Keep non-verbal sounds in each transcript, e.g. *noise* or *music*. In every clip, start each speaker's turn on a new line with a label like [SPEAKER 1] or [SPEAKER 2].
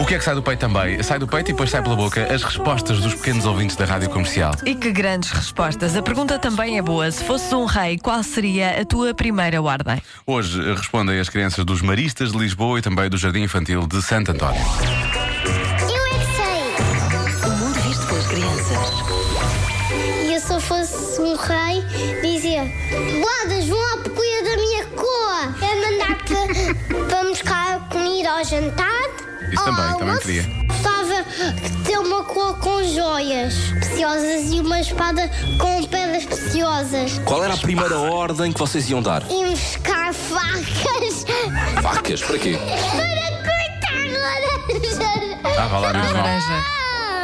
[SPEAKER 1] O que é que sai do peito também? Sai do peito e depois sai pela boca as respostas dos pequenos ouvintes da rádio comercial.
[SPEAKER 2] E que grandes respostas. A pergunta também é boa. Se fosses um rei, qual seria a tua primeira ordem?
[SPEAKER 1] Hoje eh, respondem as crianças dos Maristas de Lisboa e também do Jardim Infantil de Santo António.
[SPEAKER 3] Eu é que sei.
[SPEAKER 4] O mundo visto pelas crianças.
[SPEAKER 3] E eu se eu fosse um rei, dizia: Bodas, vão à procura da minha cor. É mandar para, para buscar a comida ao jantar.
[SPEAKER 1] Isso
[SPEAKER 3] ao
[SPEAKER 1] também, também
[SPEAKER 3] almoço.
[SPEAKER 1] queria.
[SPEAKER 3] Gostava de ter uma cor com joias preciosas e uma espada com pedras preciosas.
[SPEAKER 5] Qual era a primeira ordem que vocês iam dar?
[SPEAKER 3] E buscar facas *laughs*
[SPEAKER 5] Facas, para quê?
[SPEAKER 3] para cortar laranjas.
[SPEAKER 1] Ah, vá lá, Deus mal.
[SPEAKER 2] Laranja.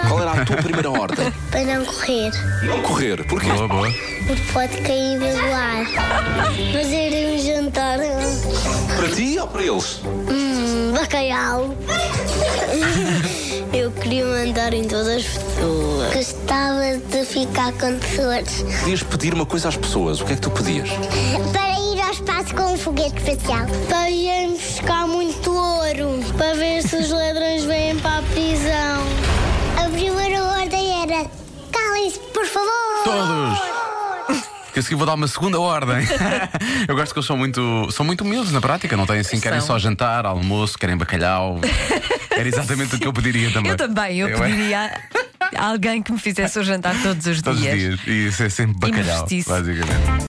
[SPEAKER 5] Qual era a tua primeira ordem?
[SPEAKER 3] Para não correr.
[SPEAKER 5] Não correr, porquê?
[SPEAKER 1] Boa, boa.
[SPEAKER 3] Porque pode cair do ar. Mas era um jantar.
[SPEAKER 5] Para ti ou para eles?
[SPEAKER 3] Hum, bacalhau. Eu queria mandar em todas as pessoas. Gostava de ficar com pessoas.
[SPEAKER 5] Podias pedir uma coisa às pessoas, o que é que tu pedias?
[SPEAKER 3] Para ir ao espaço com um foguete espacial. Para irmos buscar muito ouro. Para ver se os ladrões vêm para a prisão. A primeira ordem era: calem-se, por favor.
[SPEAKER 1] Todos. Que a seguir vou dar uma segunda
[SPEAKER 2] *laughs*
[SPEAKER 1] ordem. Eu gosto que eles são muito, são muito humildes na prática, não têm assim, querem
[SPEAKER 2] São.
[SPEAKER 1] só jantar, almoço, querem
[SPEAKER 2] *laughs*
[SPEAKER 1] bacalhau. Era exatamente o que eu pediria também.
[SPEAKER 2] Eu também. Eu
[SPEAKER 1] é- *laughs*
[SPEAKER 2] pediria a alguém que me fizesse o jantar todos os
[SPEAKER 1] Todos os
[SPEAKER 2] dias.
[SPEAKER 1] dias. E isso é sempre
[SPEAKER 2] E me
[SPEAKER 1] bacalhau,
[SPEAKER 2] vestisse.
[SPEAKER 1] basicamente.